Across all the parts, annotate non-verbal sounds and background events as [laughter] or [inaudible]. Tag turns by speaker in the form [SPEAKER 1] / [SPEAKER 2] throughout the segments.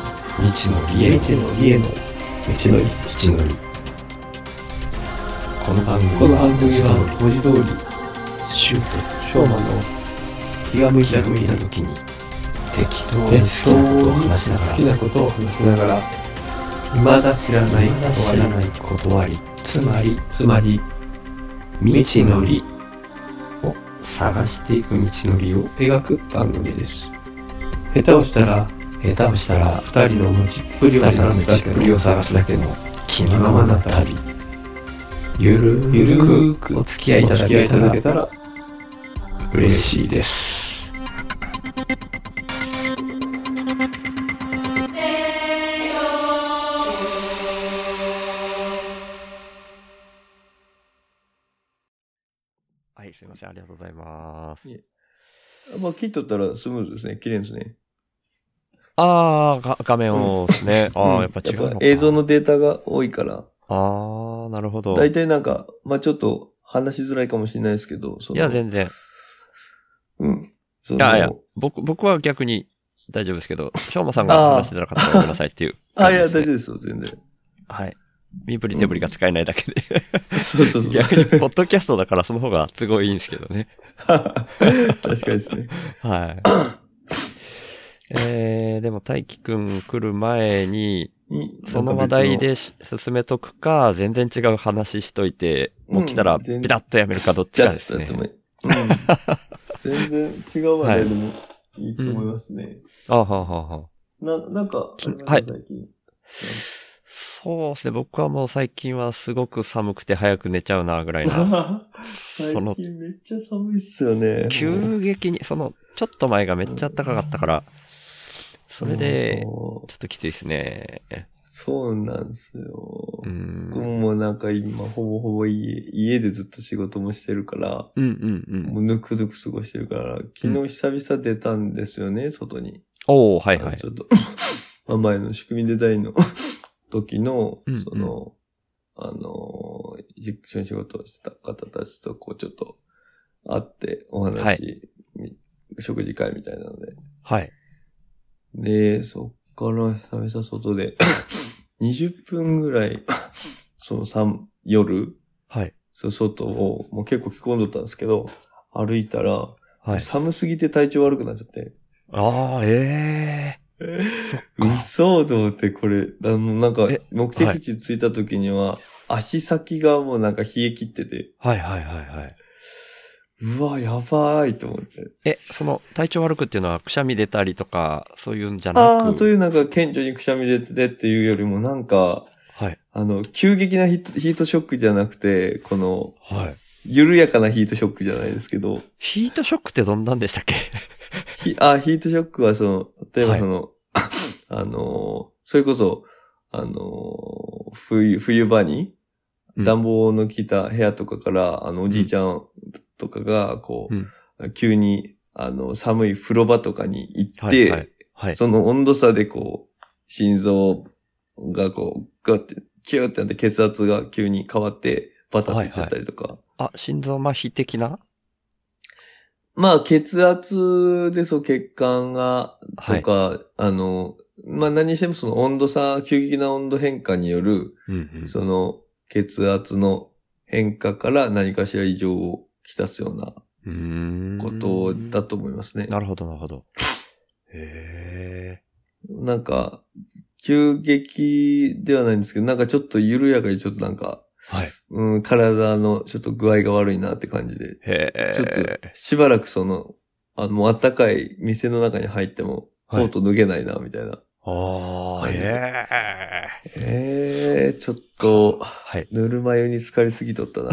[SPEAKER 1] のりへ
[SPEAKER 2] 道のりへの道のり
[SPEAKER 1] 道のりこの番組
[SPEAKER 2] この番組は
[SPEAKER 1] 下取
[SPEAKER 2] 文字通り
[SPEAKER 1] りシュー
[SPEAKER 2] しょうまの気が
[SPEAKER 1] ト
[SPEAKER 2] 向い
[SPEAKER 1] 気が
[SPEAKER 2] た
[SPEAKER 1] 向
[SPEAKER 2] 時
[SPEAKER 1] いた
[SPEAKER 2] に
[SPEAKER 1] 時に適当に
[SPEAKER 2] 適当
[SPEAKER 1] 好きなことを
[SPEAKER 2] に
[SPEAKER 1] 話しながら
[SPEAKER 2] 好きなことを話しながら未だ知らない
[SPEAKER 1] まだ
[SPEAKER 2] ことは
[SPEAKER 1] 知らない断りつまり
[SPEAKER 2] つまり
[SPEAKER 1] 未知のりを探していく道のりを
[SPEAKER 2] 描く番組です下手をしたら
[SPEAKER 1] 下手をしたら
[SPEAKER 2] 二人の持ちっぷりを
[SPEAKER 1] 二人
[SPEAKER 2] 探
[SPEAKER 1] の
[SPEAKER 2] す
[SPEAKER 1] 道
[SPEAKER 2] だ
[SPEAKER 1] っ
[SPEAKER 2] け
[SPEAKER 1] ぷりを
[SPEAKER 2] の
[SPEAKER 1] 探すだけの気のままな旅ゆる
[SPEAKER 2] ゆる
[SPEAKER 1] ー
[SPEAKER 2] ー
[SPEAKER 1] く
[SPEAKER 2] く
[SPEAKER 1] お付き合いいただ
[SPEAKER 2] お付き合い
[SPEAKER 1] けた
[SPEAKER 2] いた
[SPEAKER 1] ら
[SPEAKER 2] だけたら
[SPEAKER 1] 嬉しいです
[SPEAKER 3] はい、すいません。ありがとうございます。
[SPEAKER 4] まあ、切っとったらスムーズですね。綺麗ですね。
[SPEAKER 3] あー、が画面をですね。あ
[SPEAKER 4] うん
[SPEAKER 3] ー、やっぱ違うのか
[SPEAKER 4] 映像。のデータが多いから、
[SPEAKER 3] あー、なるほど。
[SPEAKER 4] 大
[SPEAKER 3] い
[SPEAKER 4] 体なんか、まあちょっと話しづらいかもしれないですけど、その
[SPEAKER 3] や、全然。
[SPEAKER 4] うん。そ
[SPEAKER 3] い
[SPEAKER 4] の
[SPEAKER 3] やいや、僕、僕は逆に大丈夫ですけど、しょうまさんが
[SPEAKER 4] あ
[SPEAKER 3] 話
[SPEAKER 4] ー
[SPEAKER 3] してなかったらごめんなさいって
[SPEAKER 4] [laughs]
[SPEAKER 3] いう。
[SPEAKER 4] あ、いや、大丈夫ですよ、
[SPEAKER 3] [laughs]
[SPEAKER 4] 全然。
[SPEAKER 3] はい。身振り手振りが使えないだけで。
[SPEAKER 4] そうそうそ
[SPEAKER 3] [laughs]
[SPEAKER 4] う。
[SPEAKER 3] 逆に、ポッドキャストだからその方が都合いいんですけどね。
[SPEAKER 4] 確かにですね。 [laughs]
[SPEAKER 3] はい。えー、でも、大輝くん来る前に、
[SPEAKER 4] い
[SPEAKER 3] その話題、でし進めとくか、全然違う話しといて、もう来たら
[SPEAKER 4] うん全
[SPEAKER 3] ビタッとやめるかどっち
[SPEAKER 4] じ
[SPEAKER 3] か
[SPEAKER 4] ゃっ
[SPEAKER 3] です
[SPEAKER 4] とやっ
[SPEAKER 3] ね
[SPEAKER 4] て。もいい。うん。全然違う話題でもいいと思いますね。
[SPEAKER 3] あはあはあはあ
[SPEAKER 4] な、なんか、あります
[SPEAKER 3] はい
[SPEAKER 4] 最
[SPEAKER 3] [laughs]
[SPEAKER 4] 近。
[SPEAKER 3] そうですね。僕はもう最近はすごく寒くて早く寝ちゃうな、ぐ
[SPEAKER 4] [laughs]
[SPEAKER 3] らいな。
[SPEAKER 4] 最
[SPEAKER 3] の
[SPEAKER 4] 近めっちゃ寒いっすよね。
[SPEAKER 3] 急激に、その、ちょっと前がめっちゃ暖かかったから、それで、
[SPEAKER 4] そう
[SPEAKER 3] ちょっときついですね。
[SPEAKER 4] そうなんですよ
[SPEAKER 3] う。ん。う
[SPEAKER 4] 僕
[SPEAKER 3] ん
[SPEAKER 4] もなんか今、ほぼほぼ家、家でずっと仕事もしてるから、
[SPEAKER 3] うんうん。
[SPEAKER 4] もうぬくぬく過ごしてるから、昨日久々出たんですよね、外に。
[SPEAKER 3] おー、はいは
[SPEAKER 4] あの
[SPEAKER 3] い
[SPEAKER 4] ち。ょっと、 [laughs] まあ前の仕組みデザインの時の
[SPEAKER 3] うんうん、
[SPEAKER 4] その、あの、一緒に仕事をしてた方たちと、こうちょっと、会ってお話、
[SPEAKER 3] は
[SPEAKER 4] み食事会みたいなので。
[SPEAKER 3] はい。
[SPEAKER 4] で、そっから久々外で、20分ぐらい、 [coughs] その三夜、
[SPEAKER 3] はい。
[SPEAKER 4] その外を、もう結構着込んどったんですけど、歩いたら、
[SPEAKER 3] はい。
[SPEAKER 4] 寒すぎて体調悪くなっちゃって。
[SPEAKER 3] ああ、え
[SPEAKER 4] 嘘と思って、これ、あの、なんか
[SPEAKER 3] え、
[SPEAKER 4] 目的地着いた時には、足先がもうなんか冷え切ってて、
[SPEAKER 3] えー。はいはいはいはい。
[SPEAKER 4] うわ、やばいと思って。
[SPEAKER 3] え、その、体調悪くっていうのは、くしゃみ出たりとか、そういうんじゃなく
[SPEAKER 4] ああ、そう
[SPEAKER 3] う。
[SPEAKER 4] いうなんか顕著にくしゃみ出ててっていうよりも、なんか、
[SPEAKER 3] はい。
[SPEAKER 4] あの、急激なヒートヒートショックじゃなくて、この、
[SPEAKER 3] はい。
[SPEAKER 4] 緩やかなヒートショックじゃないですけど、
[SPEAKER 3] ヒートショックってどんなんでしたっ
[SPEAKER 4] [laughs]
[SPEAKER 3] け
[SPEAKER 4] ひあ、ヒートショックはその、例え
[SPEAKER 3] は
[SPEAKER 4] ば
[SPEAKER 3] い
[SPEAKER 4] その、 [laughs] あのー、それこそ、あのー、冬、冬場に、
[SPEAKER 3] うん
[SPEAKER 4] 暖房の効いた部屋とかから、あの、おじいちゃんとかが、こう、急に、あの、寒い風呂場とかに行っ
[SPEAKER 3] はい
[SPEAKER 4] て、
[SPEAKER 3] はい。はい。
[SPEAKER 4] その温度差でこう、心臓がこう、ガッて、キューってなって血圧が急に変わって、バタっていっちゃったりとか、
[SPEAKER 3] あ、心臓麻痺的な
[SPEAKER 4] まあ、血圧でそう、血管が、
[SPEAKER 3] はい
[SPEAKER 4] とか、あの、まあ何にしてもその温度差、急激な温度変化による、
[SPEAKER 3] うんうん
[SPEAKER 4] その血圧の変化から何かしら異常をきたすような
[SPEAKER 3] うーん
[SPEAKER 4] ことだと思いますね。
[SPEAKER 3] なるほど、なるほど。へえ。
[SPEAKER 4] なんか、急激ではないんですけど、なんかちょっと緩やかにちょっとなんか、
[SPEAKER 3] はい。
[SPEAKER 4] うん、体のちょっと具合が悪いなって感じで、
[SPEAKER 3] へえ。
[SPEAKER 4] ちょっとしばらくその、あの、もう暖かい店の中に入っても、コ
[SPEAKER 3] はい
[SPEAKER 4] ート脱げないな、みたいな。
[SPEAKER 3] ああ、
[SPEAKER 4] はい
[SPEAKER 3] へえ。
[SPEAKER 4] ええちょっと、
[SPEAKER 3] はい。
[SPEAKER 4] ぬるま湯に浸かりすぎとったな。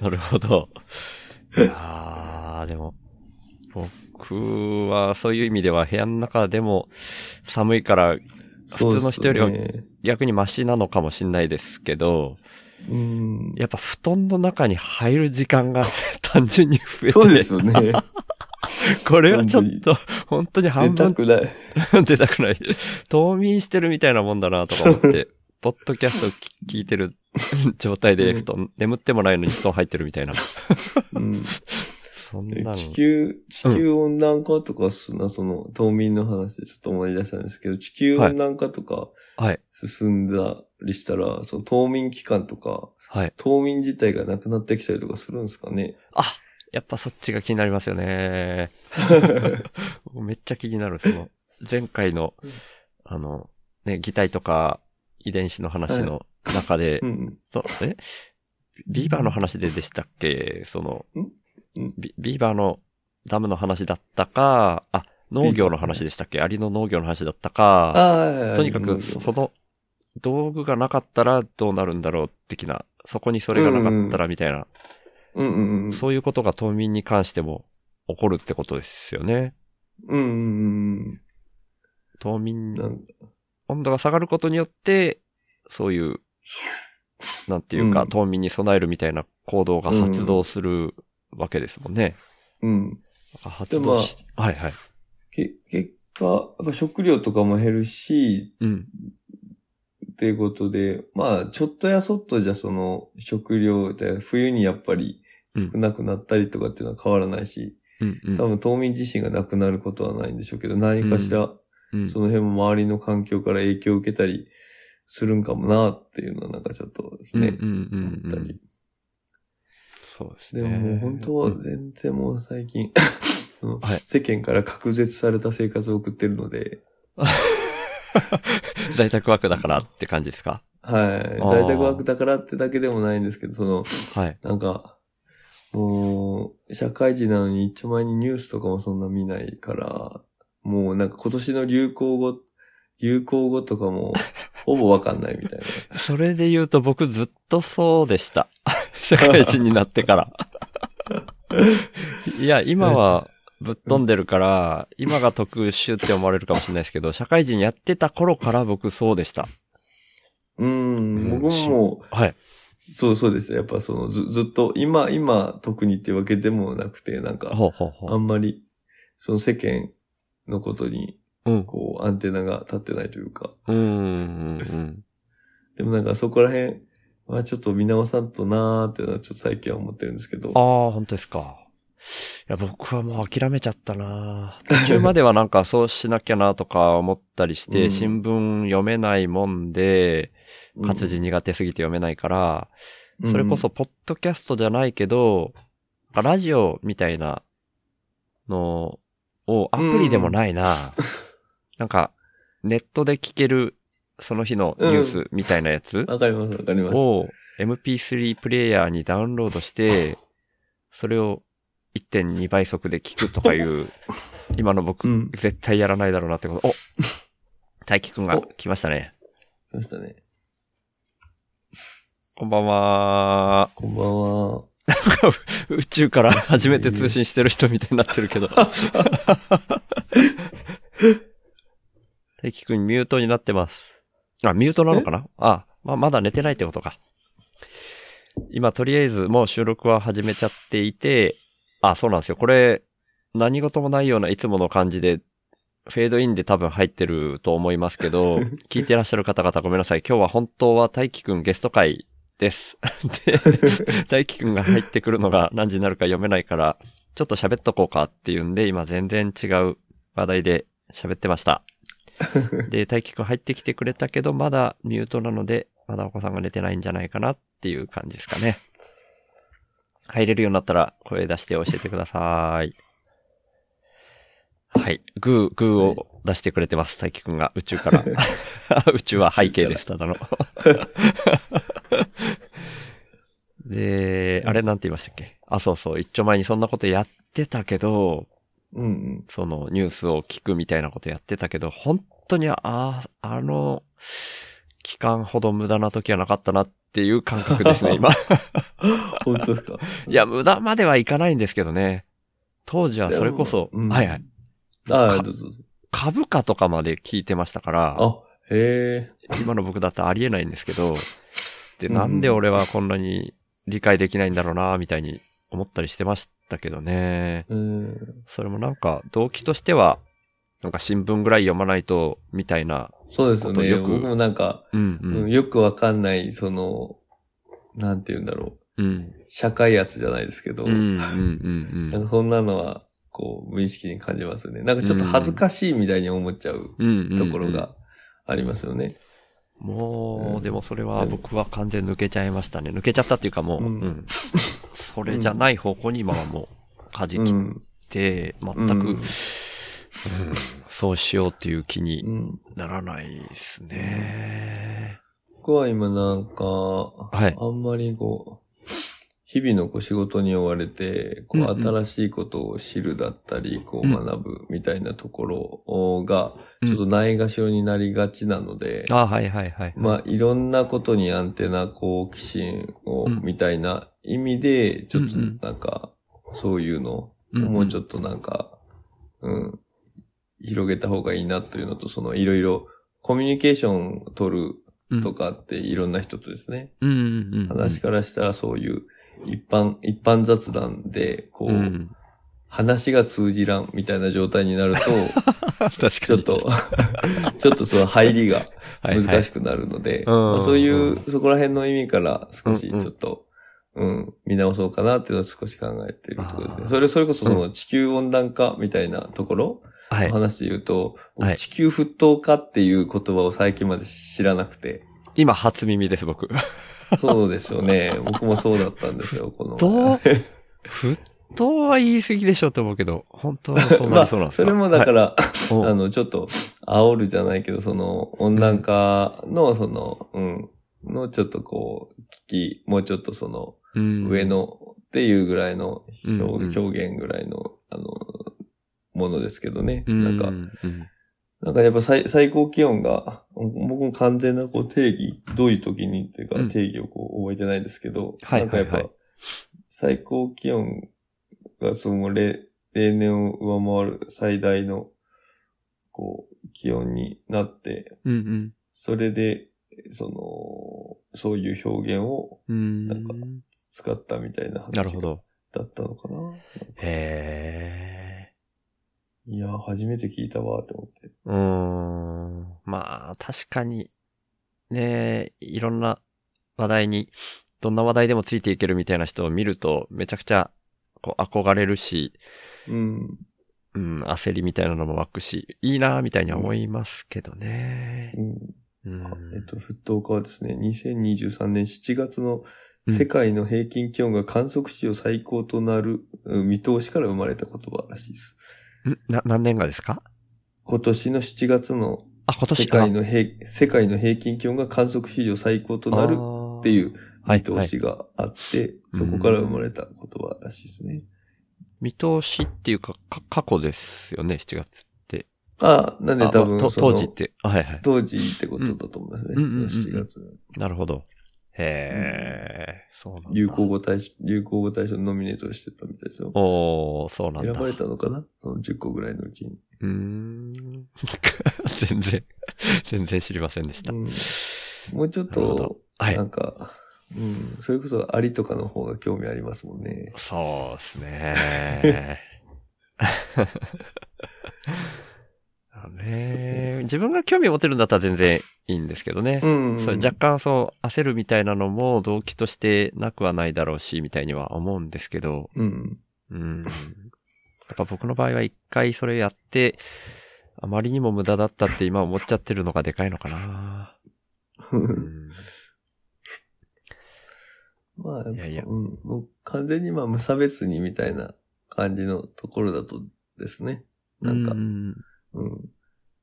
[SPEAKER 3] なるほ
[SPEAKER 4] [laughs]
[SPEAKER 3] ど。ああ、でも、僕はそういう意味では部屋の中でも寒いから普通の人よりは
[SPEAKER 4] そうですね
[SPEAKER 3] 逆にマシなのかもしれないですけど、
[SPEAKER 4] うん。
[SPEAKER 3] やっぱ布団の中に入る時間が [laughs] 単純に増えて、
[SPEAKER 4] そうですよね。
[SPEAKER 3] これはちょっと本当に [laughs]
[SPEAKER 4] 出
[SPEAKER 3] 半
[SPEAKER 4] た
[SPEAKER 3] 分
[SPEAKER 4] くない。
[SPEAKER 3] 出たくない。 [laughs] 冬眠してるみたいなもんだなとか思っ
[SPEAKER 4] [laughs]
[SPEAKER 3] て、ポッドキャストき聞いてる [laughs] 状態で布団、眠ってもないのに布団入ってるみたいな。
[SPEAKER 4] うん。
[SPEAKER 3] そんなの。
[SPEAKER 4] 地球、地球温暖化とかすな、その、冬眠の話でちょっと思い出したんですけど、地球温暖化とか
[SPEAKER 3] はい。
[SPEAKER 4] 進んだりしたら、その冬眠期間とか、
[SPEAKER 3] はい。
[SPEAKER 4] 冬眠自体がなくなってきたりとかするんですかね。
[SPEAKER 3] あやっぱそっちが気になりますよね。めっちゃ気になる。その、前回の
[SPEAKER 4] うん、
[SPEAKER 3] あの、ね、擬態とか遺伝子の話の中で
[SPEAKER 4] う、ん。
[SPEAKER 3] とえビーバーの話ででしたっけその
[SPEAKER 4] んん、
[SPEAKER 3] ビビーバーのダムの話だったか、あ、農業の話でしたっけアリの農業の話だった
[SPEAKER 4] あ
[SPEAKER 3] か、
[SPEAKER 4] あ、
[SPEAKER 3] とにか
[SPEAKER 4] うん
[SPEAKER 3] く、その、道具がなかったらどうなるんだろう、的な。そこにそれがなかったら、みたいな。
[SPEAKER 4] うんうんうん。
[SPEAKER 3] そういうことが冬眠に関しても起こるってことですよね。
[SPEAKER 4] うんうん
[SPEAKER 3] 冬眠
[SPEAKER 4] うん。なんか
[SPEAKER 3] 温度が下がることによって、そういう、なんていうか、
[SPEAKER 4] うん
[SPEAKER 3] 冬眠に備えるみたいな行動が発動するわけですもんね。
[SPEAKER 4] うん。
[SPEAKER 3] あ発動し、はいはい。
[SPEAKER 4] け結果、やっぱ食料とかも減るし、
[SPEAKER 3] うん。
[SPEAKER 4] っていうことで、まあ、ちょっとやそっとじゃその食料で冬にやっぱり少なくなったりとかっていうのは変わらないし、
[SPEAKER 3] うんうん。
[SPEAKER 4] 多分冬眠自身がなくなることはないんでしょうけど、何かしら
[SPEAKER 3] うん
[SPEAKER 4] その辺も周りの環境から影響を受けたりするんかもなっていうのはなんかちょっとですね。
[SPEAKER 3] うんうんうんう
[SPEAKER 4] 思
[SPEAKER 3] ん
[SPEAKER 4] ったり
[SPEAKER 3] そうですね。
[SPEAKER 4] でももう本当は全然もう
[SPEAKER 3] [laughs]
[SPEAKER 4] 最近、その
[SPEAKER 3] はい
[SPEAKER 4] 世間から隔絶された生活を送ってるので、
[SPEAKER 3] [laughs] 在宅ワークだからって感じですか
[SPEAKER 4] はい。
[SPEAKER 3] あー
[SPEAKER 4] 在宅ワークだからってだけでもないんですけど、その、
[SPEAKER 3] はい。
[SPEAKER 4] なんか、もう、社会人なのに一丁前にニュースとかもそんな見ないから、もうなんか今年の流行語、流行語とかも、
[SPEAKER 3] [laughs]
[SPEAKER 4] ほぼわかんないみたいな。
[SPEAKER 3] それで言うと僕ずっとそうでした。 [laughs] 社会人になってから。 [laughs] いや、今はぶっ飛んでるから、今が特殊って思われるかもしれないですけど、社会人やってた頃から僕そうでした。
[SPEAKER 4] う
[SPEAKER 3] うん
[SPEAKER 4] ん、僕もも
[SPEAKER 3] はい。
[SPEAKER 4] う、そうそうですね。やっぱその、ず、ずっと、今、今、特にっていうわけでもなくて、なんか、
[SPEAKER 3] ほうほう
[SPEAKER 4] あ
[SPEAKER 3] ほう。
[SPEAKER 4] んまり、その世間のことに、
[SPEAKER 3] うん。
[SPEAKER 4] こう、アンテナが立ってないというか、
[SPEAKER 3] うんうんうん。
[SPEAKER 4] でもなんかそこら辺はちょっと見直さんとなーっていうのはちょっと最近は思ってるんですけど。
[SPEAKER 3] ああ、本当ですか。いや、僕はもう諦めちゃったな途中まではなんかそうしなきゃなとか思ったりして、
[SPEAKER 4] うん
[SPEAKER 3] 新聞読めないもんで、
[SPEAKER 4] うん
[SPEAKER 3] 活字苦手すぎて読めないから、それこそ、、ポッドキャストじゃないけど、ラジオみたいなのを、アプリでもないな。なんか、ネットで聞ける、その日のニュースみたいなやつ
[SPEAKER 4] うんわかります、わかります。
[SPEAKER 3] を MP3 プレイヤーにダウンロードして、それを1.2倍速で聞くとか
[SPEAKER 4] [laughs]
[SPEAKER 3] いう、今の僕、
[SPEAKER 4] うん
[SPEAKER 3] 絶対やらないだろうなってこと。お大輝くんが来ましたね。
[SPEAKER 4] そうでしたね。
[SPEAKER 3] こんばんは。
[SPEAKER 4] こんばんは。
[SPEAKER 3] [laughs] 宇宙から初めて通信してる人みたいになってるけど。大輝くんミュートになってます。あ、ミュートなのかなあ、まあ、まだ寝てないってことか。今、とりあえずもう収録は始めちゃっていて、あ、そうなんですよ。これ、何事もないようないつもの感じで、フェードインで多分入ってると思いますけど、聞いてらっしゃる方々ごめんなさい。今日は本当は大輝くんゲスト会です。で、大輝くんが入ってくるのが何時になるか読めないから、ちょっと喋っとこうかっていうんで、今全然違う話題で喋ってました。で、大輝くん入ってきてくれたけど、まだミュートなので、まだお子さんが寝てないんじゃないかなっていう感じですかね。入れるようになったら声出して教えてください。はい。グー、グーを出してくれてます。大輝くんが宇宙から。 [laughs] 宇宙は背景です、ただの。 [laughs] で、あれなんて言いましたっけあ、そうそう。一丁前にそんなことやってたけど、
[SPEAKER 4] うんうん。
[SPEAKER 3] そのニュースを聞くみたいなことやってたけど、本当にああ、あの、期間ほど無駄な時はなかったなっていう感覚です
[SPEAKER 4] [laughs]
[SPEAKER 3] ね、今。
[SPEAKER 4] 本当ですか
[SPEAKER 3] いや、無駄まではいかないんですけどね。当時は [laughs] それこそ、
[SPEAKER 4] うん
[SPEAKER 3] はいはい。。
[SPEAKER 4] ああ、どうぞどうぞ。
[SPEAKER 3] 株価とかまで聞いてましたから、
[SPEAKER 4] あ、へえ。
[SPEAKER 3] 今の僕だってありえないんですけ
[SPEAKER 4] [laughs]
[SPEAKER 3] ど、で、
[SPEAKER 4] うん
[SPEAKER 3] なんで俺はこんなに理解できないんだろうな、みたいに思ったりしてましたけどね。
[SPEAKER 4] うん。
[SPEAKER 3] それもなんか、動機としては、なんか新聞ぐらい読まないと、みたいな。
[SPEAKER 4] そうですよ
[SPEAKER 3] こと
[SPEAKER 4] ね。
[SPEAKER 3] よく
[SPEAKER 4] 僕もなんか、
[SPEAKER 3] うんう
[SPEAKER 4] うん
[SPEAKER 3] ん。
[SPEAKER 4] よくわかんない、その、なんて言うんだろう。
[SPEAKER 3] うん。
[SPEAKER 4] 社会圧じゃないですけど、
[SPEAKER 3] うん、うん、うん、う
[SPEAKER 4] なん
[SPEAKER 3] ん。
[SPEAKER 4] かそんなのは、こう、無意識に感じますよね。なんかちょっと恥ずかしいみたいに思っちゃう
[SPEAKER 3] うんうんうん
[SPEAKER 4] ところがありますよね。
[SPEAKER 3] も
[SPEAKER 4] う
[SPEAKER 3] う、
[SPEAKER 4] ん
[SPEAKER 3] でもそれは僕は完全抜けちゃいましたね。抜けちゃったっていうかもう、う
[SPEAKER 4] うんん。
[SPEAKER 3] それじゃない方向に今はもう、舵
[SPEAKER 4] う
[SPEAKER 3] 切っ
[SPEAKER 4] ん。
[SPEAKER 3] て、全く、
[SPEAKER 4] うん
[SPEAKER 3] そうしようっていう気に
[SPEAKER 4] うん。
[SPEAKER 3] ならないですね。
[SPEAKER 4] 僕は今なんか、
[SPEAKER 3] い
[SPEAKER 4] あんまりこう、日々のこう仕事に追われて、こう
[SPEAKER 3] うんうん
[SPEAKER 4] 新しいことを知るだったり、こ
[SPEAKER 3] う
[SPEAKER 4] うん学ぶみたいなところが、
[SPEAKER 3] うん
[SPEAKER 4] ちょっとないがしろになりがちなので、
[SPEAKER 3] あはいはいはい。
[SPEAKER 4] まあ、いろんなことにアンテナ、好奇心を、
[SPEAKER 3] うん
[SPEAKER 4] みたいな意味で、ちょっと
[SPEAKER 3] うんうん
[SPEAKER 4] なんか、そういうの、
[SPEAKER 3] うんうん
[SPEAKER 4] もうちょっとなんか、うん、広げた方がいいなというのと、そのいろいろコミュニケーションを取るとかっていろんな人とですね、
[SPEAKER 3] うんうんうん。
[SPEAKER 4] 話からしたらそういう一般、一般雑談で、こ
[SPEAKER 3] う
[SPEAKER 4] う、
[SPEAKER 3] ん。
[SPEAKER 4] 話が通じらんみたいな状態になると、
[SPEAKER 3] 確かに。
[SPEAKER 4] ちょっと、ちょっとその入りが、
[SPEAKER 3] はいはい
[SPEAKER 4] 難しくなるので、
[SPEAKER 3] うん
[SPEAKER 4] まあそうい
[SPEAKER 3] うん
[SPEAKER 4] う、そこら辺の意味から少し
[SPEAKER 3] うんうん
[SPEAKER 4] ちょっと、うん、見直そうかなっていうのを少し考えているところです
[SPEAKER 3] あー
[SPEAKER 4] ね。それ、それこそその地球温暖化みたいなところ
[SPEAKER 3] はい
[SPEAKER 4] の。話で言うと、僕
[SPEAKER 3] はい
[SPEAKER 4] 地球沸騰化っていう言葉を最近まで知らなくて、
[SPEAKER 3] 今、初耳です、僕。
[SPEAKER 4] そうですよ
[SPEAKER 3] [laughs]
[SPEAKER 4] ね。僕もそうだったんですよ、この。 [laughs]
[SPEAKER 3] どう沸騰は言い過ぎでしょうと思うけど、本当はそうな
[SPEAKER 4] ま
[SPEAKER 3] りそうなん
[SPEAKER 4] あ、
[SPEAKER 3] ですか、
[SPEAKER 4] それもだからら、
[SPEAKER 3] はい
[SPEAKER 4] あの、ちょっと、煽るじゃないけど、その、温暖化の、その、うん、の、ちょっとこう、危機、もうちょっとその、
[SPEAKER 3] うん
[SPEAKER 4] 上のっていうぐらいの
[SPEAKER 3] うん
[SPEAKER 4] 表,、
[SPEAKER 3] うん
[SPEAKER 4] 表現ぐらいの、あの、ものですけどね。
[SPEAKER 3] うん
[SPEAKER 4] なんか
[SPEAKER 3] う、ん
[SPEAKER 4] なんかやっぱ最最高気温が、僕も完全なこう定義、どういう時にっていうか
[SPEAKER 3] うん
[SPEAKER 4] 定義をこう覚えてないですけど、
[SPEAKER 3] はい
[SPEAKER 4] なんかやっ
[SPEAKER 3] はい
[SPEAKER 4] ぱ
[SPEAKER 3] は、
[SPEAKER 4] 最高気温がその例例年を上回る最大の、こう、気温になって、
[SPEAKER 3] うんうん
[SPEAKER 4] それで、その、そういう表現を
[SPEAKER 3] うん
[SPEAKER 4] なんか使ったみたいな話
[SPEAKER 3] なるほど。
[SPEAKER 4] だったのかな。
[SPEAKER 3] へ
[SPEAKER 4] いやー、初めて聞いたわーって思って。
[SPEAKER 3] ー。うーん。まあ、確かに、ねえ、いろんな話題に、どんな話題でもついていけるみたいな人を見ると、めちゃくちゃ、こう、憧れるし、
[SPEAKER 4] うん。
[SPEAKER 3] うん、焦りみたいなのも湧くし、いいな、みたいには思いますけどね
[SPEAKER 4] う。ん。
[SPEAKER 3] うん。
[SPEAKER 4] えっと、沸騰化はですね、2023年7月の世界の平均気温が観測史上最高となるうん見通しから生まれた言葉らしいです。
[SPEAKER 3] んな、何年がですか
[SPEAKER 4] 今年の7月の
[SPEAKER 3] あ、今
[SPEAKER 4] 世
[SPEAKER 3] 年か。
[SPEAKER 4] 界の平世界の平均気温が観測史上最高となる
[SPEAKER 3] っ
[SPEAKER 4] っていう
[SPEAKER 3] はい
[SPEAKER 4] 見通しがあって、そこから生まれた言葉らしいですね。
[SPEAKER 3] 見通しっていうか、か過去ですよね、7月って。
[SPEAKER 4] ああ、なんで
[SPEAKER 3] あ
[SPEAKER 4] 多
[SPEAKER 3] まあ
[SPEAKER 4] 分
[SPEAKER 3] と
[SPEAKER 4] その、
[SPEAKER 3] 当時って。あはいはい。
[SPEAKER 4] 当時ってことだと思いますね。
[SPEAKER 3] うん
[SPEAKER 4] その7月の
[SPEAKER 3] なるほど。へえ、そうなんだ。
[SPEAKER 4] 流行語大賞、流行語大賞のノミネートしてたみたいですよ。
[SPEAKER 3] おー、そうなんだ。
[SPEAKER 4] 選ばれ
[SPEAKER 3] う
[SPEAKER 4] たのかなその10個ぐらいのうちに。
[SPEAKER 3] ーん。 [laughs] 全然、全然知りませんでした。
[SPEAKER 4] うんもうちょっ
[SPEAKER 3] なるほど
[SPEAKER 4] と、
[SPEAKER 3] はい
[SPEAKER 4] なんか、うん、それこそアリとかの方が興味ありますもんね。
[SPEAKER 3] そうです
[SPEAKER 4] [laughs]
[SPEAKER 3] ね。あのね自分が興味持てるんだったら全然いいんですけどね。
[SPEAKER 4] うん。
[SPEAKER 3] そう若干そう、焦るみたいなのも動機としてなくはないだろうし、みたいには思うんですけど、
[SPEAKER 4] うん。 [laughs]
[SPEAKER 3] うん。やっぱ僕の場合は一回それやって、あまりにも無駄だったって今思っちゃってるのがでかいのかな。うん、
[SPEAKER 4] まあ、やっぱ
[SPEAKER 3] いやいや
[SPEAKER 4] うん、もう完全にまあ無差別にみたいな感じのところだとですね。なんか
[SPEAKER 3] うん
[SPEAKER 4] うん。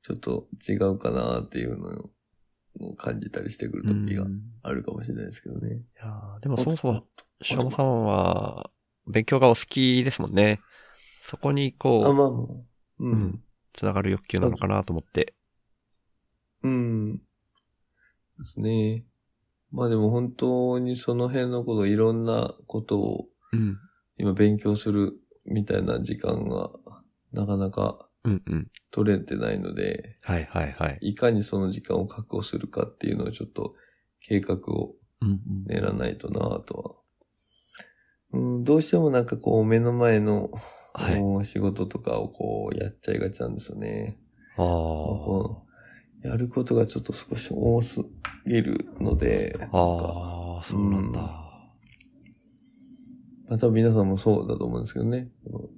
[SPEAKER 4] ちょっと違うかなっていうのを感じたりしてくる時が
[SPEAKER 3] うんい
[SPEAKER 4] あるかもしれないですけどね。
[SPEAKER 3] やーでもそもそも、しょもさんは、勉強がお好きですもんね。そこに
[SPEAKER 4] あ、
[SPEAKER 3] こう、
[SPEAKER 4] まあもう。う
[SPEAKER 3] うんん。つながる欲求なのかなと思って。
[SPEAKER 4] うん。ですね。まあでも本当にその辺のこと、いろんなことを
[SPEAKER 3] うん。
[SPEAKER 4] 今勉強するみたいな時間がなかなか
[SPEAKER 3] うんうん。
[SPEAKER 4] 取れてないので、
[SPEAKER 3] はいはいはい。
[SPEAKER 4] いかにその時間を確保するかっていうのをちょっと計画を
[SPEAKER 3] うん
[SPEAKER 4] 練らないとなぁとは。うん、どうしてもなんかこう目の前の、
[SPEAKER 3] はい。
[SPEAKER 4] こう仕事とかをこうやっちゃいがちなんですよね。
[SPEAKER 3] あ
[SPEAKER 4] まあ
[SPEAKER 3] あ。
[SPEAKER 4] こうやることがちょっと少し多すぎるので、なんか
[SPEAKER 3] ああ、そうなんだ。
[SPEAKER 4] まあ多分皆さんもそうだと思うんですけどね。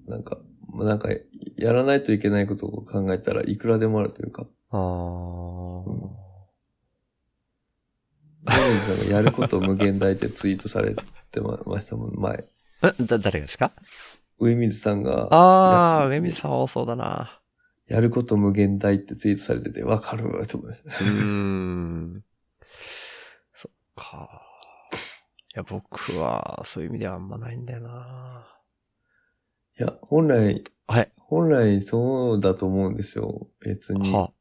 [SPEAKER 4] なんか、まあなんか、やらないといけないことを考えたらいくらでもあるというか。
[SPEAKER 3] あ
[SPEAKER 4] うん
[SPEAKER 3] ー。
[SPEAKER 4] ジャニーさんがやること無限大ってツイートされてまましたもん、前。
[SPEAKER 3] えだ、誰がですか
[SPEAKER 4] 上水さんが、
[SPEAKER 3] ああ、
[SPEAKER 4] いや
[SPEAKER 3] 上水さん多そうだな。
[SPEAKER 4] やること無限大ってツイートされてて、わかるわ、と思いました。
[SPEAKER 3] うーん。そっか。いや、僕は、そういう意味ではあんまないんだよな。
[SPEAKER 4] いや、本来、
[SPEAKER 3] はい。
[SPEAKER 4] 本来そうだと思うんですよ。別に。
[SPEAKER 3] は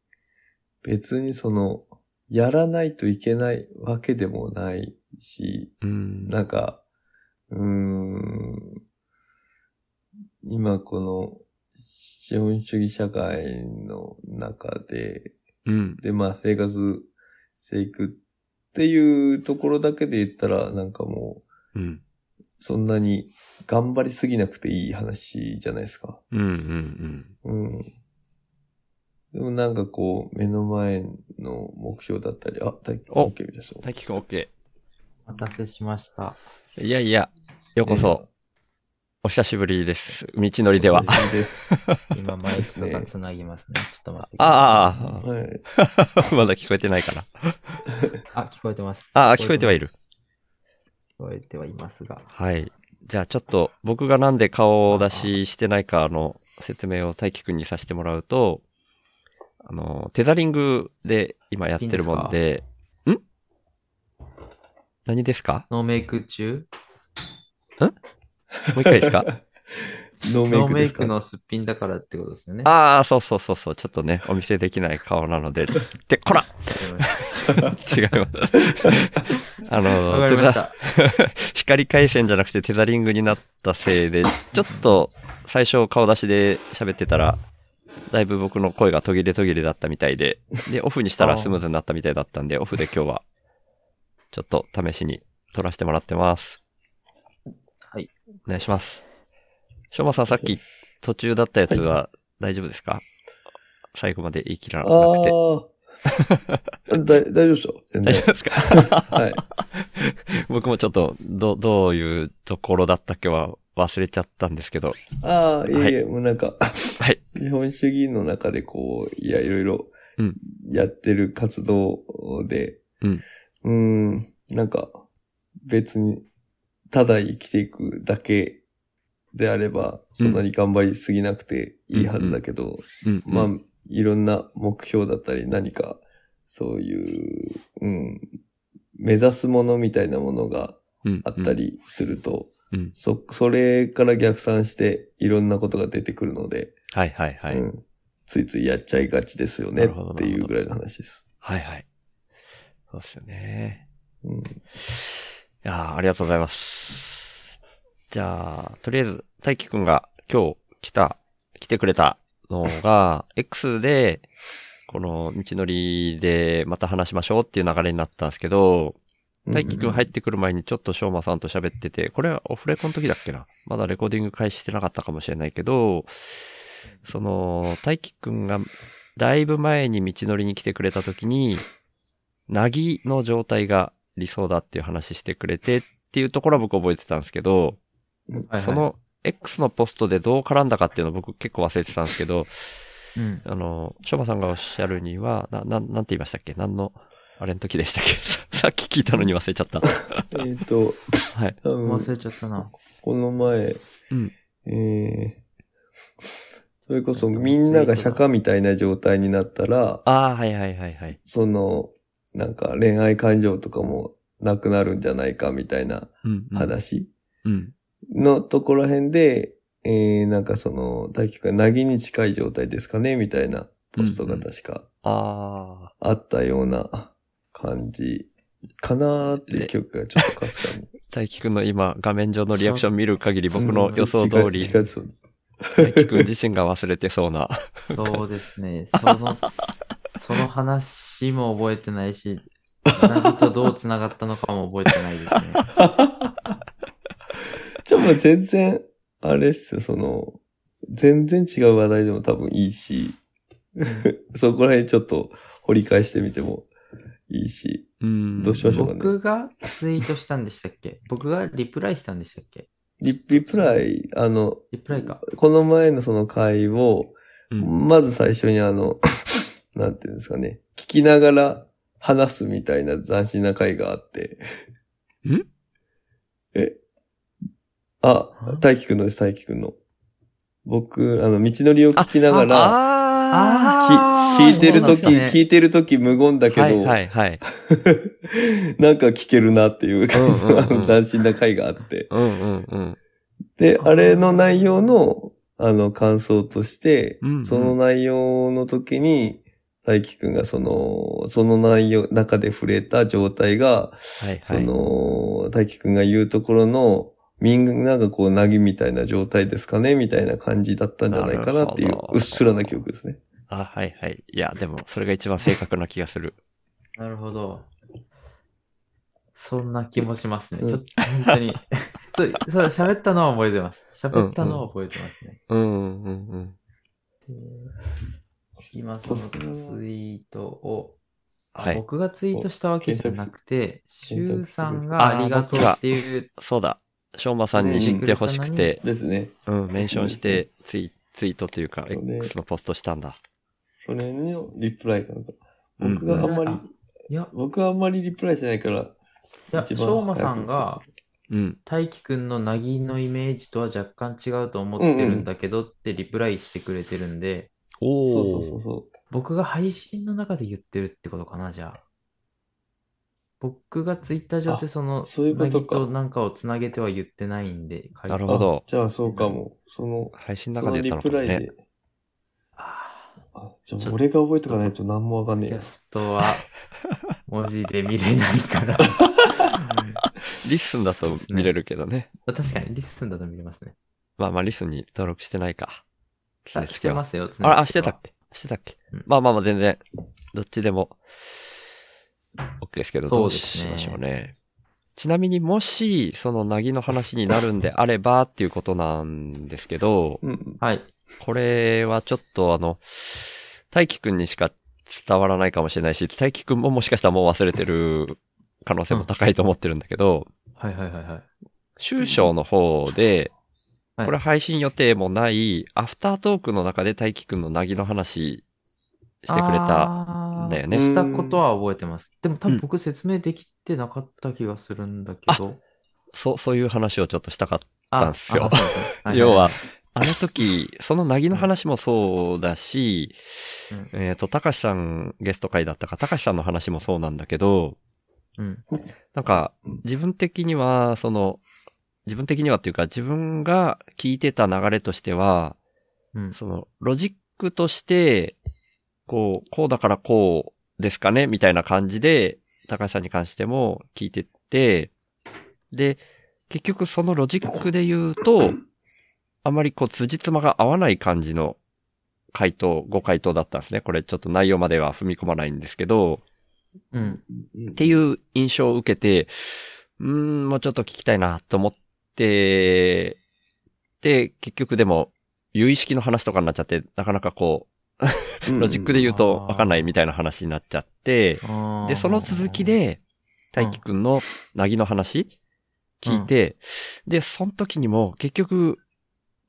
[SPEAKER 4] 別にその、やらないといけないわけでもないし、
[SPEAKER 3] あ、うん。
[SPEAKER 4] なんか、うーん、今この資本主義社会の中で、
[SPEAKER 3] うん。
[SPEAKER 4] で、まあ生活していくっていうところだけで言ったら、なんかも
[SPEAKER 3] うん。
[SPEAKER 4] う、そんなに頑張りすぎなくていい話じゃないですか。
[SPEAKER 3] うん。うん。
[SPEAKER 4] うん。でもなんかこう、目の前の目標だったり、あ、大輝
[SPEAKER 3] お
[SPEAKER 4] OK ですよ
[SPEAKER 3] 大輝くん OK。
[SPEAKER 2] お待たせしました。
[SPEAKER 3] いやいや、ようこそ、お久しぶりです。道のりでは
[SPEAKER 4] お。久しぶりです。
[SPEAKER 2] 今、 [laughs] マイクとか繋ぎますね。ちょっと待ってください。
[SPEAKER 3] ああ
[SPEAKER 4] はい。
[SPEAKER 3] あ、 [laughs] まだ聞こえてないかな。
[SPEAKER 2] あ聞こえてます。
[SPEAKER 3] ああ、聞こえてはい
[SPEAKER 2] る。
[SPEAKER 3] る。
[SPEAKER 2] 聞こえてはいますが。
[SPEAKER 3] はい。じゃあちょっと僕がなんで顔出ししてないかの説明を大輝くんにさせてもらうと、あの、テザリングで今やってるもんで、ん何ですか
[SPEAKER 2] ノーメイク中
[SPEAKER 3] もう一回です
[SPEAKER 2] [laughs]
[SPEAKER 3] か
[SPEAKER 4] ノーメイ
[SPEAKER 2] ノー
[SPEAKER 4] ク
[SPEAKER 2] メ
[SPEAKER 4] で
[SPEAKER 2] イ
[SPEAKER 4] すか
[SPEAKER 2] クのすっぴんだからってことですよね。わか
[SPEAKER 3] ああ、そうそうそうそう、ちょっとね、お見せできない顔なので、で、こら
[SPEAKER 2] りまし
[SPEAKER 3] 違い
[SPEAKER 2] [laughs]
[SPEAKER 3] ます。あ
[SPEAKER 2] た。
[SPEAKER 3] の
[SPEAKER 2] わ、かりました。
[SPEAKER 3] [laughs] 光回線じゃなくてテザリングになったせいで、ちょっと最初顔出しで喋ってたら、だいぶ僕の声が途切れ途切れだったみたいで、で、オフにしたらスムーズになったみたいだったんで、オフで今日は、ちょっと試しに撮らせてもらってます。
[SPEAKER 2] はい。
[SPEAKER 3] お願いします。しょうまさんさっき途中だったやつは大丈夫ですか、最後まで言い切らなくて。
[SPEAKER 4] ああ。だ [laughs] 大丈夫ですよ。全
[SPEAKER 3] 大丈
[SPEAKER 4] 然
[SPEAKER 3] 夫。ですか
[SPEAKER 4] [laughs] はい。
[SPEAKER 3] 僕もちょっと、ど、どういうところだったっけは忘れちゃったんですけど。
[SPEAKER 4] ああ、いえいえ、もうなんか、
[SPEAKER 3] い
[SPEAKER 4] 資本主義の中でこう、いや、いろいろ
[SPEAKER 3] うん、
[SPEAKER 4] やってる活動で、
[SPEAKER 3] うん。
[SPEAKER 4] うーん、なんか、別に、ただ生きていくだけであれば、そんなに頑張りすぎなくていいはずだけど、
[SPEAKER 3] うん
[SPEAKER 4] まあ、いろんな目標だったり、何か、そういう、うん、目指すものみたいなものがあったりすると、
[SPEAKER 3] うんうん
[SPEAKER 4] そ、それから逆算して、いろんなことが出てくるので、
[SPEAKER 3] はいはいはい。
[SPEAKER 4] うん、ついついやっちゃいがちですよね
[SPEAKER 3] なるほど
[SPEAKER 4] っていうぐらいの話です。
[SPEAKER 3] はいはい。そうですよね。
[SPEAKER 4] うん、
[SPEAKER 3] いやーありがとうございます。じゃあ、とりあえず、大輝くんが今日来た、来てくれたの
[SPEAKER 4] [laughs]
[SPEAKER 3] が、X で、この道のりでまた話しましょうっていう流れになったんですけど、大輝くん入ってくる前にちょっと翔馬さんと喋ってて、これはオフレコの時だっけなまだレコーディング開始してなかったかもしれないけど、その、大輝くんがだいぶ前に道のりに来てくれた時に、なぎの状態が理想だっていう話してくれてっていうところは僕覚えてたんですけど、
[SPEAKER 2] はいはい
[SPEAKER 3] そ、の X のポストでどう絡んだかっていうのを僕結構忘れてたんですけど、
[SPEAKER 2] うん。
[SPEAKER 3] あの、翔馬さんがおっしゃるには、な、な、なんて言いましたっけ何の、あれの時でしたっけ [laughs] さっき聞いたのに忘れちゃった。
[SPEAKER 4] うんえっ、と、
[SPEAKER 3] はい。
[SPEAKER 4] 多分
[SPEAKER 2] 忘れちゃったな。
[SPEAKER 4] この前、
[SPEAKER 3] うん
[SPEAKER 4] えーそれこそみんなが釈迦みたいな状態になったら、
[SPEAKER 3] ああ、はいはいはいはい。
[SPEAKER 4] その、なんか恋愛感情とかもなくなるんじゃないかみたいな
[SPEAKER 3] うん、うん。
[SPEAKER 4] 話
[SPEAKER 3] うん。
[SPEAKER 4] のところら辺で、えー、なんかその、大輝くんがなぎに近い状態ですかねみたいなポストが確か
[SPEAKER 3] あ
[SPEAKER 4] あったような感じかなーっていう記憶がちょっとかすかに。
[SPEAKER 3] あ、大輝くんの今、画面上のリアクション見る限り僕の [laughs] 予想通り、
[SPEAKER 4] 近い近いそう
[SPEAKER 3] 大輝くん自身が忘れてそうな。
[SPEAKER 2] そうですね。その、その話も覚えてないし、何とどう繋がったのかも覚えてないですね。
[SPEAKER 4] じゃあもう全然、あれっすよ、その、全然違う話題でも多分いいし、 [laughs] そこら辺ちょっと掘り返してみてもいいし、
[SPEAKER 3] うん
[SPEAKER 4] どうしましょうかね。
[SPEAKER 2] 僕がツイートしたんでしたっけ僕がリプライしたんでしたっけ
[SPEAKER 4] リリプライ、あの、
[SPEAKER 2] リプライか。
[SPEAKER 4] この前のその回を、
[SPEAKER 3] うん。
[SPEAKER 4] まず最初にあの、 [laughs] なんていうんですかね、聞きながら話すみたいな斬新な回があって。
[SPEAKER 3] ん
[SPEAKER 4] えあ、大輝くんのです、大輝くんの。僕、あの、道のりを聞きながら、
[SPEAKER 3] あ
[SPEAKER 2] あー
[SPEAKER 4] 聞いてるとき、
[SPEAKER 2] そうなんですね
[SPEAKER 4] 聞いてるとき無言だ
[SPEAKER 3] あ
[SPEAKER 4] けど、
[SPEAKER 3] はいはいはい。
[SPEAKER 4] [laughs] なんか聞けるなっていう、
[SPEAKER 3] うんうんうん
[SPEAKER 4] [laughs] あの斬新な回があって。
[SPEAKER 3] うんうんうん。
[SPEAKER 4] で、あれの内容の、あの、感想として、
[SPEAKER 3] うんうん
[SPEAKER 4] その内容の時に、大輝くんがその、その内容、中で触れた状態が、
[SPEAKER 3] はい
[SPEAKER 4] そ
[SPEAKER 3] はい。
[SPEAKER 4] の、大輝くんが言うところの、みんながこう、なぎみたいな状態ですかねみたいな感じだったんじゃないかなってい
[SPEAKER 3] な
[SPEAKER 4] う
[SPEAKER 3] るほ、ど
[SPEAKER 4] うっすらな記憶ですね。
[SPEAKER 3] あ、はいはい。いや、でも、それが一番正確な気がする。
[SPEAKER 2] なるほど。そんな気もしますね。
[SPEAKER 4] うん
[SPEAKER 2] ちょっと、本当に。 [laughs] そう、そう、喋ったのは覚えてます。喋ったのは覚えてますね。
[SPEAKER 3] うんうんうん。
[SPEAKER 2] で今、そのツイートを、あ
[SPEAKER 3] はい
[SPEAKER 2] 僕がツイートしたわけじゃなくて、シ
[SPEAKER 4] 検索
[SPEAKER 2] ュ
[SPEAKER 4] 検
[SPEAKER 2] ウ
[SPEAKER 4] 索
[SPEAKER 2] さんが
[SPEAKER 3] あー
[SPEAKER 2] ありがとうっていう、
[SPEAKER 3] そうだ。しょうまさんに知ってほしくて、
[SPEAKER 4] ですね。
[SPEAKER 3] うん、メンションしてツイ、ツイートというか、
[SPEAKER 4] そうね
[SPEAKER 3] X のポストしたんだ。
[SPEAKER 4] それのリプライかなんか。
[SPEAKER 3] うん
[SPEAKER 4] 僕があんまり、
[SPEAKER 2] いや、
[SPEAKER 4] 僕はあんまりリプライしないから、
[SPEAKER 2] いや、
[SPEAKER 4] 一
[SPEAKER 2] し
[SPEAKER 4] 番
[SPEAKER 2] ょうまさんが、
[SPEAKER 3] うん。
[SPEAKER 2] 大輝くんのなぎのイメージとは若干違うと思ってるんだけどってリプライしてくれてるんで、
[SPEAKER 4] そ
[SPEAKER 3] お
[SPEAKER 4] う
[SPEAKER 3] ー。
[SPEAKER 4] そうそうそう。
[SPEAKER 2] 僕が配信の中で言ってるってことかな、じゃあ。僕がツイッター上でその、
[SPEAKER 4] そういうこ
[SPEAKER 2] な
[SPEAKER 4] と
[SPEAKER 2] ぎ
[SPEAKER 4] か
[SPEAKER 2] となんかをつなげては言ってないんで、
[SPEAKER 3] なる
[SPEAKER 2] 書いて
[SPEAKER 3] ほど
[SPEAKER 4] あじゃあそうかも。その、
[SPEAKER 3] 配信
[SPEAKER 4] そ
[SPEAKER 3] の中
[SPEAKER 4] の
[SPEAKER 3] で
[SPEAKER 4] リ
[SPEAKER 3] 言った
[SPEAKER 4] プ
[SPEAKER 3] の
[SPEAKER 4] ラ
[SPEAKER 3] か
[SPEAKER 4] イ
[SPEAKER 3] もね。
[SPEAKER 4] で。
[SPEAKER 2] あー
[SPEAKER 4] あじゃ
[SPEAKER 2] ち
[SPEAKER 4] あ
[SPEAKER 2] ょ
[SPEAKER 4] 俺が覚えとかないと何もわかんねえ
[SPEAKER 2] キ
[SPEAKER 4] や
[SPEAKER 2] ャ。ス
[SPEAKER 3] [laughs]
[SPEAKER 2] トは文字で見れないから。 [laughs]
[SPEAKER 3] リッスンだと見れるけどね。
[SPEAKER 2] 確かにリッスンだと見れますね。
[SPEAKER 3] まあまあ、リッスンに登録してないか。
[SPEAKER 2] あしてますよ、つ
[SPEAKER 3] あ
[SPEAKER 2] な
[SPEAKER 3] ら、
[SPEAKER 2] げ
[SPEAKER 3] あ、してたっけしてたっけ、
[SPEAKER 2] うん
[SPEAKER 3] まあまあまあ、全然。どっちでも、OK ですけど、ど
[SPEAKER 2] そううです
[SPEAKER 3] し
[SPEAKER 2] ね
[SPEAKER 3] ましょうね。ちなみにもし、その、なぎの話になるんであれば、っていうことなんですけど、
[SPEAKER 4] うん。
[SPEAKER 2] はい。
[SPEAKER 3] これはちょっとあの、大輝くんにしか伝わらないかもしれないし、大輝くんももしかしたらもう忘れてる可能性も高いと思ってるんだけど、
[SPEAKER 2] はいはいはいはい。
[SPEAKER 3] 終章の方で、
[SPEAKER 2] はい
[SPEAKER 3] これ配信予定もない、アフタートークの中で大輝くんのなぎの話してくれた。
[SPEAKER 2] た
[SPEAKER 3] んだよね
[SPEAKER 2] したことは覚えてます。でも多分僕説明できてなかった気がするんだけど。
[SPEAKER 3] そう、そういう話をちょっとしたかっ
[SPEAKER 2] あ
[SPEAKER 3] たんすよ
[SPEAKER 2] あそうですねいいい
[SPEAKER 3] 要は、あの時、そのなぎの話もそうだし、えっ、と、たかしさんゲスト会だったか、たかしさんの話もそうなんだけど、
[SPEAKER 2] うん。
[SPEAKER 3] なんか
[SPEAKER 4] うん、
[SPEAKER 3] 自分的には、その、自分的にはっていうか、自分が聞いてた流れとしては、
[SPEAKER 2] うん。
[SPEAKER 3] その、ロジックとして、こう、こうだからこうですかねみたいな感じで、高橋さんに関しても聞いてって、で、結局そのロジックで言うと、あまりこう、辻褄が合わない感じの回答、ご回答だったんですね。これちょっと内容までは踏み込まないんですけど、
[SPEAKER 2] うん。
[SPEAKER 3] っていう印象を受けて、うーん、もうちょっと聞きたいなと思って、で、結局でも、有意識の話とかになっちゃって、なかなかこう、ロジックで言うとわかんないみたいな話になっちゃって、で、その続き、で、大輝くんのなぎの話聞いて、で、その時にも結局、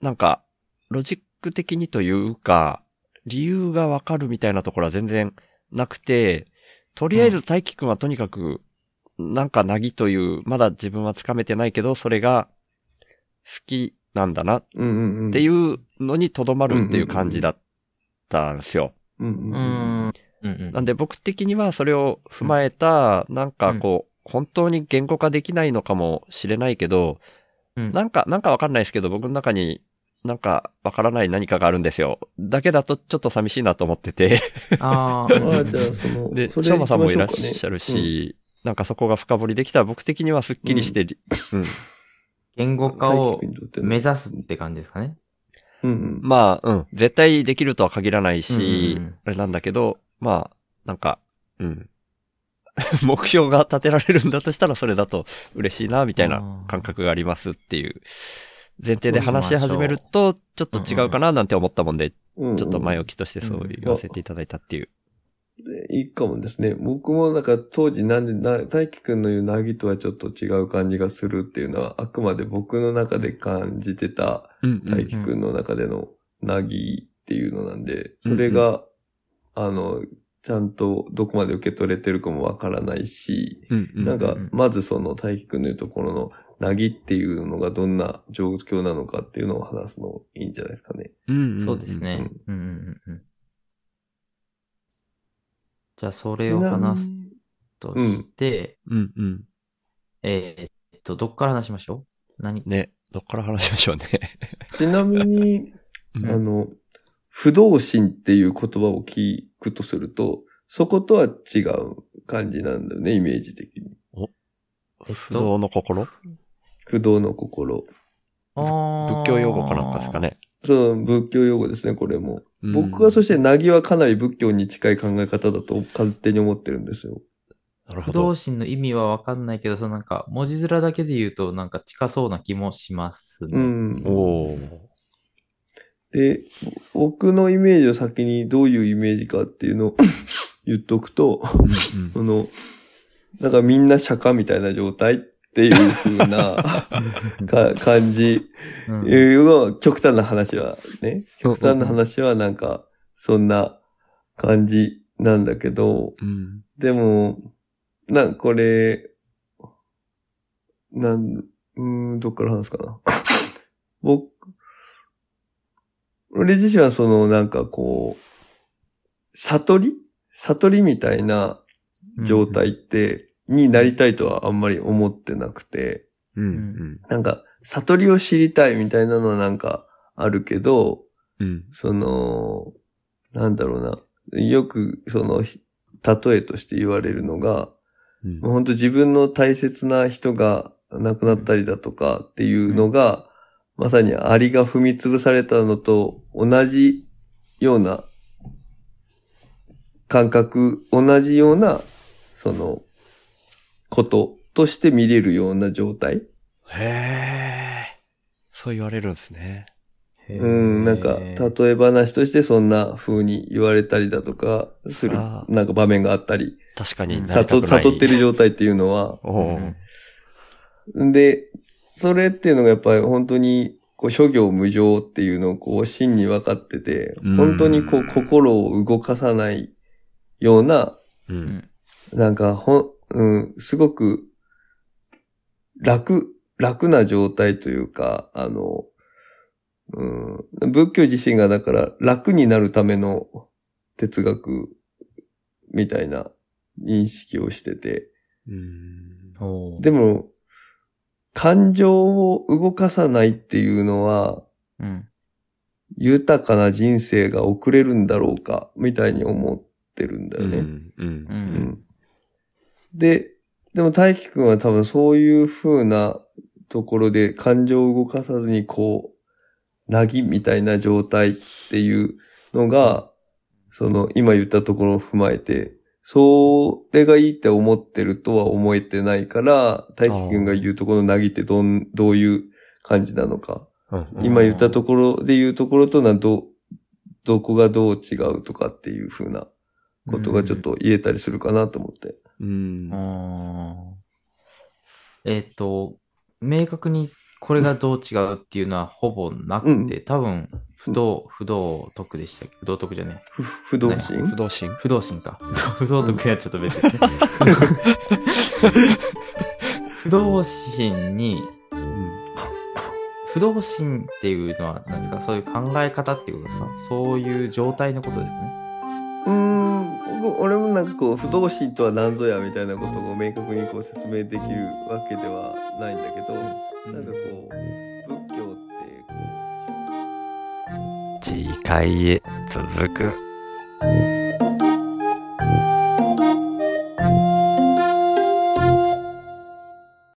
[SPEAKER 3] なんか、ロジック的にというか、理由がわかるみたいなところは全然なくて、とりあえず大輝くんはとにかく、なんかなぎという、まだ自分はつかめてないけど、それが好きなんだなっ
[SPEAKER 4] うんうんうん。
[SPEAKER 3] て
[SPEAKER 4] う
[SPEAKER 3] い
[SPEAKER 4] ん。
[SPEAKER 3] うのにとどまるっていう感じだったんですよ。
[SPEAKER 4] うん
[SPEAKER 2] う。
[SPEAKER 4] うん。
[SPEAKER 2] うんんうん。
[SPEAKER 3] なんで僕的にはそれを踏まえた、なんかこう、本当に言語化できないのかもしれないけど、
[SPEAKER 2] うん、
[SPEAKER 3] なんか、なんかわかんないですけど、僕の中に、なんかわからない何かがあるんですよ。だけだとちょっと寂しいなと思ってて。
[SPEAKER 2] あ
[SPEAKER 4] ああ、
[SPEAKER 2] ー
[SPEAKER 4] じゃあそ
[SPEAKER 3] [laughs]
[SPEAKER 4] の、
[SPEAKER 3] で、
[SPEAKER 4] そ
[SPEAKER 3] しょうまさんもいらっ
[SPEAKER 4] 行きま
[SPEAKER 3] し
[SPEAKER 4] しょ
[SPEAKER 3] ゃ
[SPEAKER 4] う
[SPEAKER 3] るし、なんかそこが深掘りできたら僕的にはスッキリしてり、うん。
[SPEAKER 2] 言語
[SPEAKER 4] か
[SPEAKER 2] 化
[SPEAKER 4] ね、
[SPEAKER 2] を
[SPEAKER 4] 大輝くんにとっての
[SPEAKER 2] 目指すって感じですかね。
[SPEAKER 4] うんうん。
[SPEAKER 3] まあ、うん。絶対できるとは限らないし、
[SPEAKER 2] うんうんうん
[SPEAKER 3] あれなんだけど、まあ、なんか、うん。 [laughs] 目標が立てられるんだとしたらそれだと嬉しいな、みたいな感覚がありますっていう前提で話し始めると、ちょっと違うかななんて思ったもんで、
[SPEAKER 4] うんうん
[SPEAKER 3] ちょっと前置きとしてそう言わせていただいたっていう
[SPEAKER 4] いいかもですね。僕もなんか当時なんで、な、大輝くんの言うなぎとはちょっと違う感じがするっていうのは、あくまで僕の中で感じてた
[SPEAKER 3] うんう
[SPEAKER 4] 大
[SPEAKER 3] ん。
[SPEAKER 4] 輝くんの中でのなぎっていうのなんで、それが、あの、ちゃんとどこまで受け取れてるかもわからないし、
[SPEAKER 3] うんうん。
[SPEAKER 4] なんか
[SPEAKER 2] うん、
[SPEAKER 4] まずその大輝くんの言うところの、なぎっていうのがどんな状況なのかっていうのを話すのいいんじゃないですかね。
[SPEAKER 3] うんうんうん
[SPEAKER 2] そうです。ね。うんうんうんうん。じゃあ、それを話す
[SPEAKER 4] ちなみに
[SPEAKER 2] として、
[SPEAKER 3] うんうん。
[SPEAKER 2] えーっと、どっから話しましょう何
[SPEAKER 3] ね。どっから話しましょうね。
[SPEAKER 4] ちなみに、
[SPEAKER 2] [laughs]
[SPEAKER 3] うん
[SPEAKER 4] あの、不動心っていう言葉を聞くとすると、そことは違う感じなんだよね、イメージ的に。
[SPEAKER 2] えっ
[SPEAKER 3] 不動
[SPEAKER 2] と、
[SPEAKER 3] の心
[SPEAKER 4] 不動の心。
[SPEAKER 2] 仏
[SPEAKER 3] 仏教用語かなんかですか。ね。
[SPEAKER 4] その仏教用語ですね、これも。
[SPEAKER 3] うん
[SPEAKER 4] 僕はそして、なぎはかなり仏教に近い考え方だと勝手に思ってるんですよ。
[SPEAKER 3] なるほ
[SPEAKER 2] 不
[SPEAKER 3] ど
[SPEAKER 2] 動。心の意味はわかんないけど、そのなんか、文字面だけで言うと、なんか近そうな気もします
[SPEAKER 4] う
[SPEAKER 2] ね。
[SPEAKER 4] ん。
[SPEAKER 3] おー
[SPEAKER 4] で、僕のイメージを先にどういうイメージかっていうの
[SPEAKER 2] [laughs]
[SPEAKER 4] を言っとくと、
[SPEAKER 3] うん
[SPEAKER 4] この、なんかみんな釈迦みたいな状態っていう風な
[SPEAKER 2] [laughs]
[SPEAKER 4] か感じ
[SPEAKER 2] うん
[SPEAKER 4] いうのが極端な話はね、極端な話はなんか、そんな感じなんだけど、
[SPEAKER 3] うん。
[SPEAKER 4] でも、なん、これ、なん、うーん、どっから話すかな。 [laughs] 僕、俺自身はその、なんかこう、悟り悟りみたいな状。態って、になりたいとはあんまり思ってなくて、
[SPEAKER 3] うんうん。
[SPEAKER 4] なんか、悟りを知りたいみたいなのはなんかあるけど、
[SPEAKER 3] うん。
[SPEAKER 4] その、なんだろうな。よく、その、ひ例えとして言われるのが、
[SPEAKER 3] うん
[SPEAKER 4] もう本当自分の大切な人が亡くなったりだとかっていうのが、まさにアリが踏み潰されたのと同じような感覚、同じような、その、こととして見れるような状態。
[SPEAKER 3] へえ。そう言われるんですね。
[SPEAKER 2] へー
[SPEAKER 4] うん、なんか、例え話としてそんな風に言われたりだとか、する、
[SPEAKER 3] あー
[SPEAKER 4] なんか場面があったり、
[SPEAKER 3] 確かになりたく
[SPEAKER 4] 悟
[SPEAKER 3] ない。
[SPEAKER 4] 悟ってる状態っていうのは、
[SPEAKER 3] お
[SPEAKER 2] うん
[SPEAKER 3] ー
[SPEAKER 4] んで、それっていうのがやっぱり本当に、こう、諸行無常っていうのをこう、真に分かってて、
[SPEAKER 3] うん
[SPEAKER 4] 本当にこう、心を動かさないような、
[SPEAKER 3] う。
[SPEAKER 2] うんん
[SPEAKER 4] なんか、ほん、うん、すごく、楽、楽な状態というか、あの、うん、仏教自身がだから楽になるための哲学みたいな認識をしてて、
[SPEAKER 3] うん。
[SPEAKER 2] おー
[SPEAKER 4] でも、感情を動かさないっていうのは、
[SPEAKER 2] うん
[SPEAKER 4] 豊かな人生が送れるんだろうか、みたいに思ってるんだよね。
[SPEAKER 3] うんうん
[SPEAKER 4] う
[SPEAKER 2] う
[SPEAKER 4] んんで、でも大輝くんは多分そういう風なところで感情を動かさずにこう、なぎみたいな状態っていうのが、その今言ったところを踏まえて、それがいいって思ってるとは思えてないから、大輝くんが言うところのなぎってどん、どういう感じなのか。
[SPEAKER 3] うん
[SPEAKER 4] 今言ったところで言うところとなど、どこがどう違うとかっていう風なことがちょっと言えたりするかなと思って。
[SPEAKER 3] うん
[SPEAKER 2] あ。ーえっ、と、明確にこれがどう違うっていうのはほぼなくて、
[SPEAKER 4] うん
[SPEAKER 2] 多分、不動、不動徳でしたっけ不動徳じゃねえ。
[SPEAKER 4] ふ不動心
[SPEAKER 3] 不動心
[SPEAKER 2] 不動心か。 [laughs] 不動徳にはちょっと別ですね。不動心に、不動心っていうのは、なんかそういう考え方っていうことですかそういう状態のことですかね。
[SPEAKER 4] うーん、僕俺もなんかこう、不動心とは何ぞやみたいなことを明確にこう説明できるわけではないんだけど、なんかこう、仏教ってこう、
[SPEAKER 3] 次回へ続く。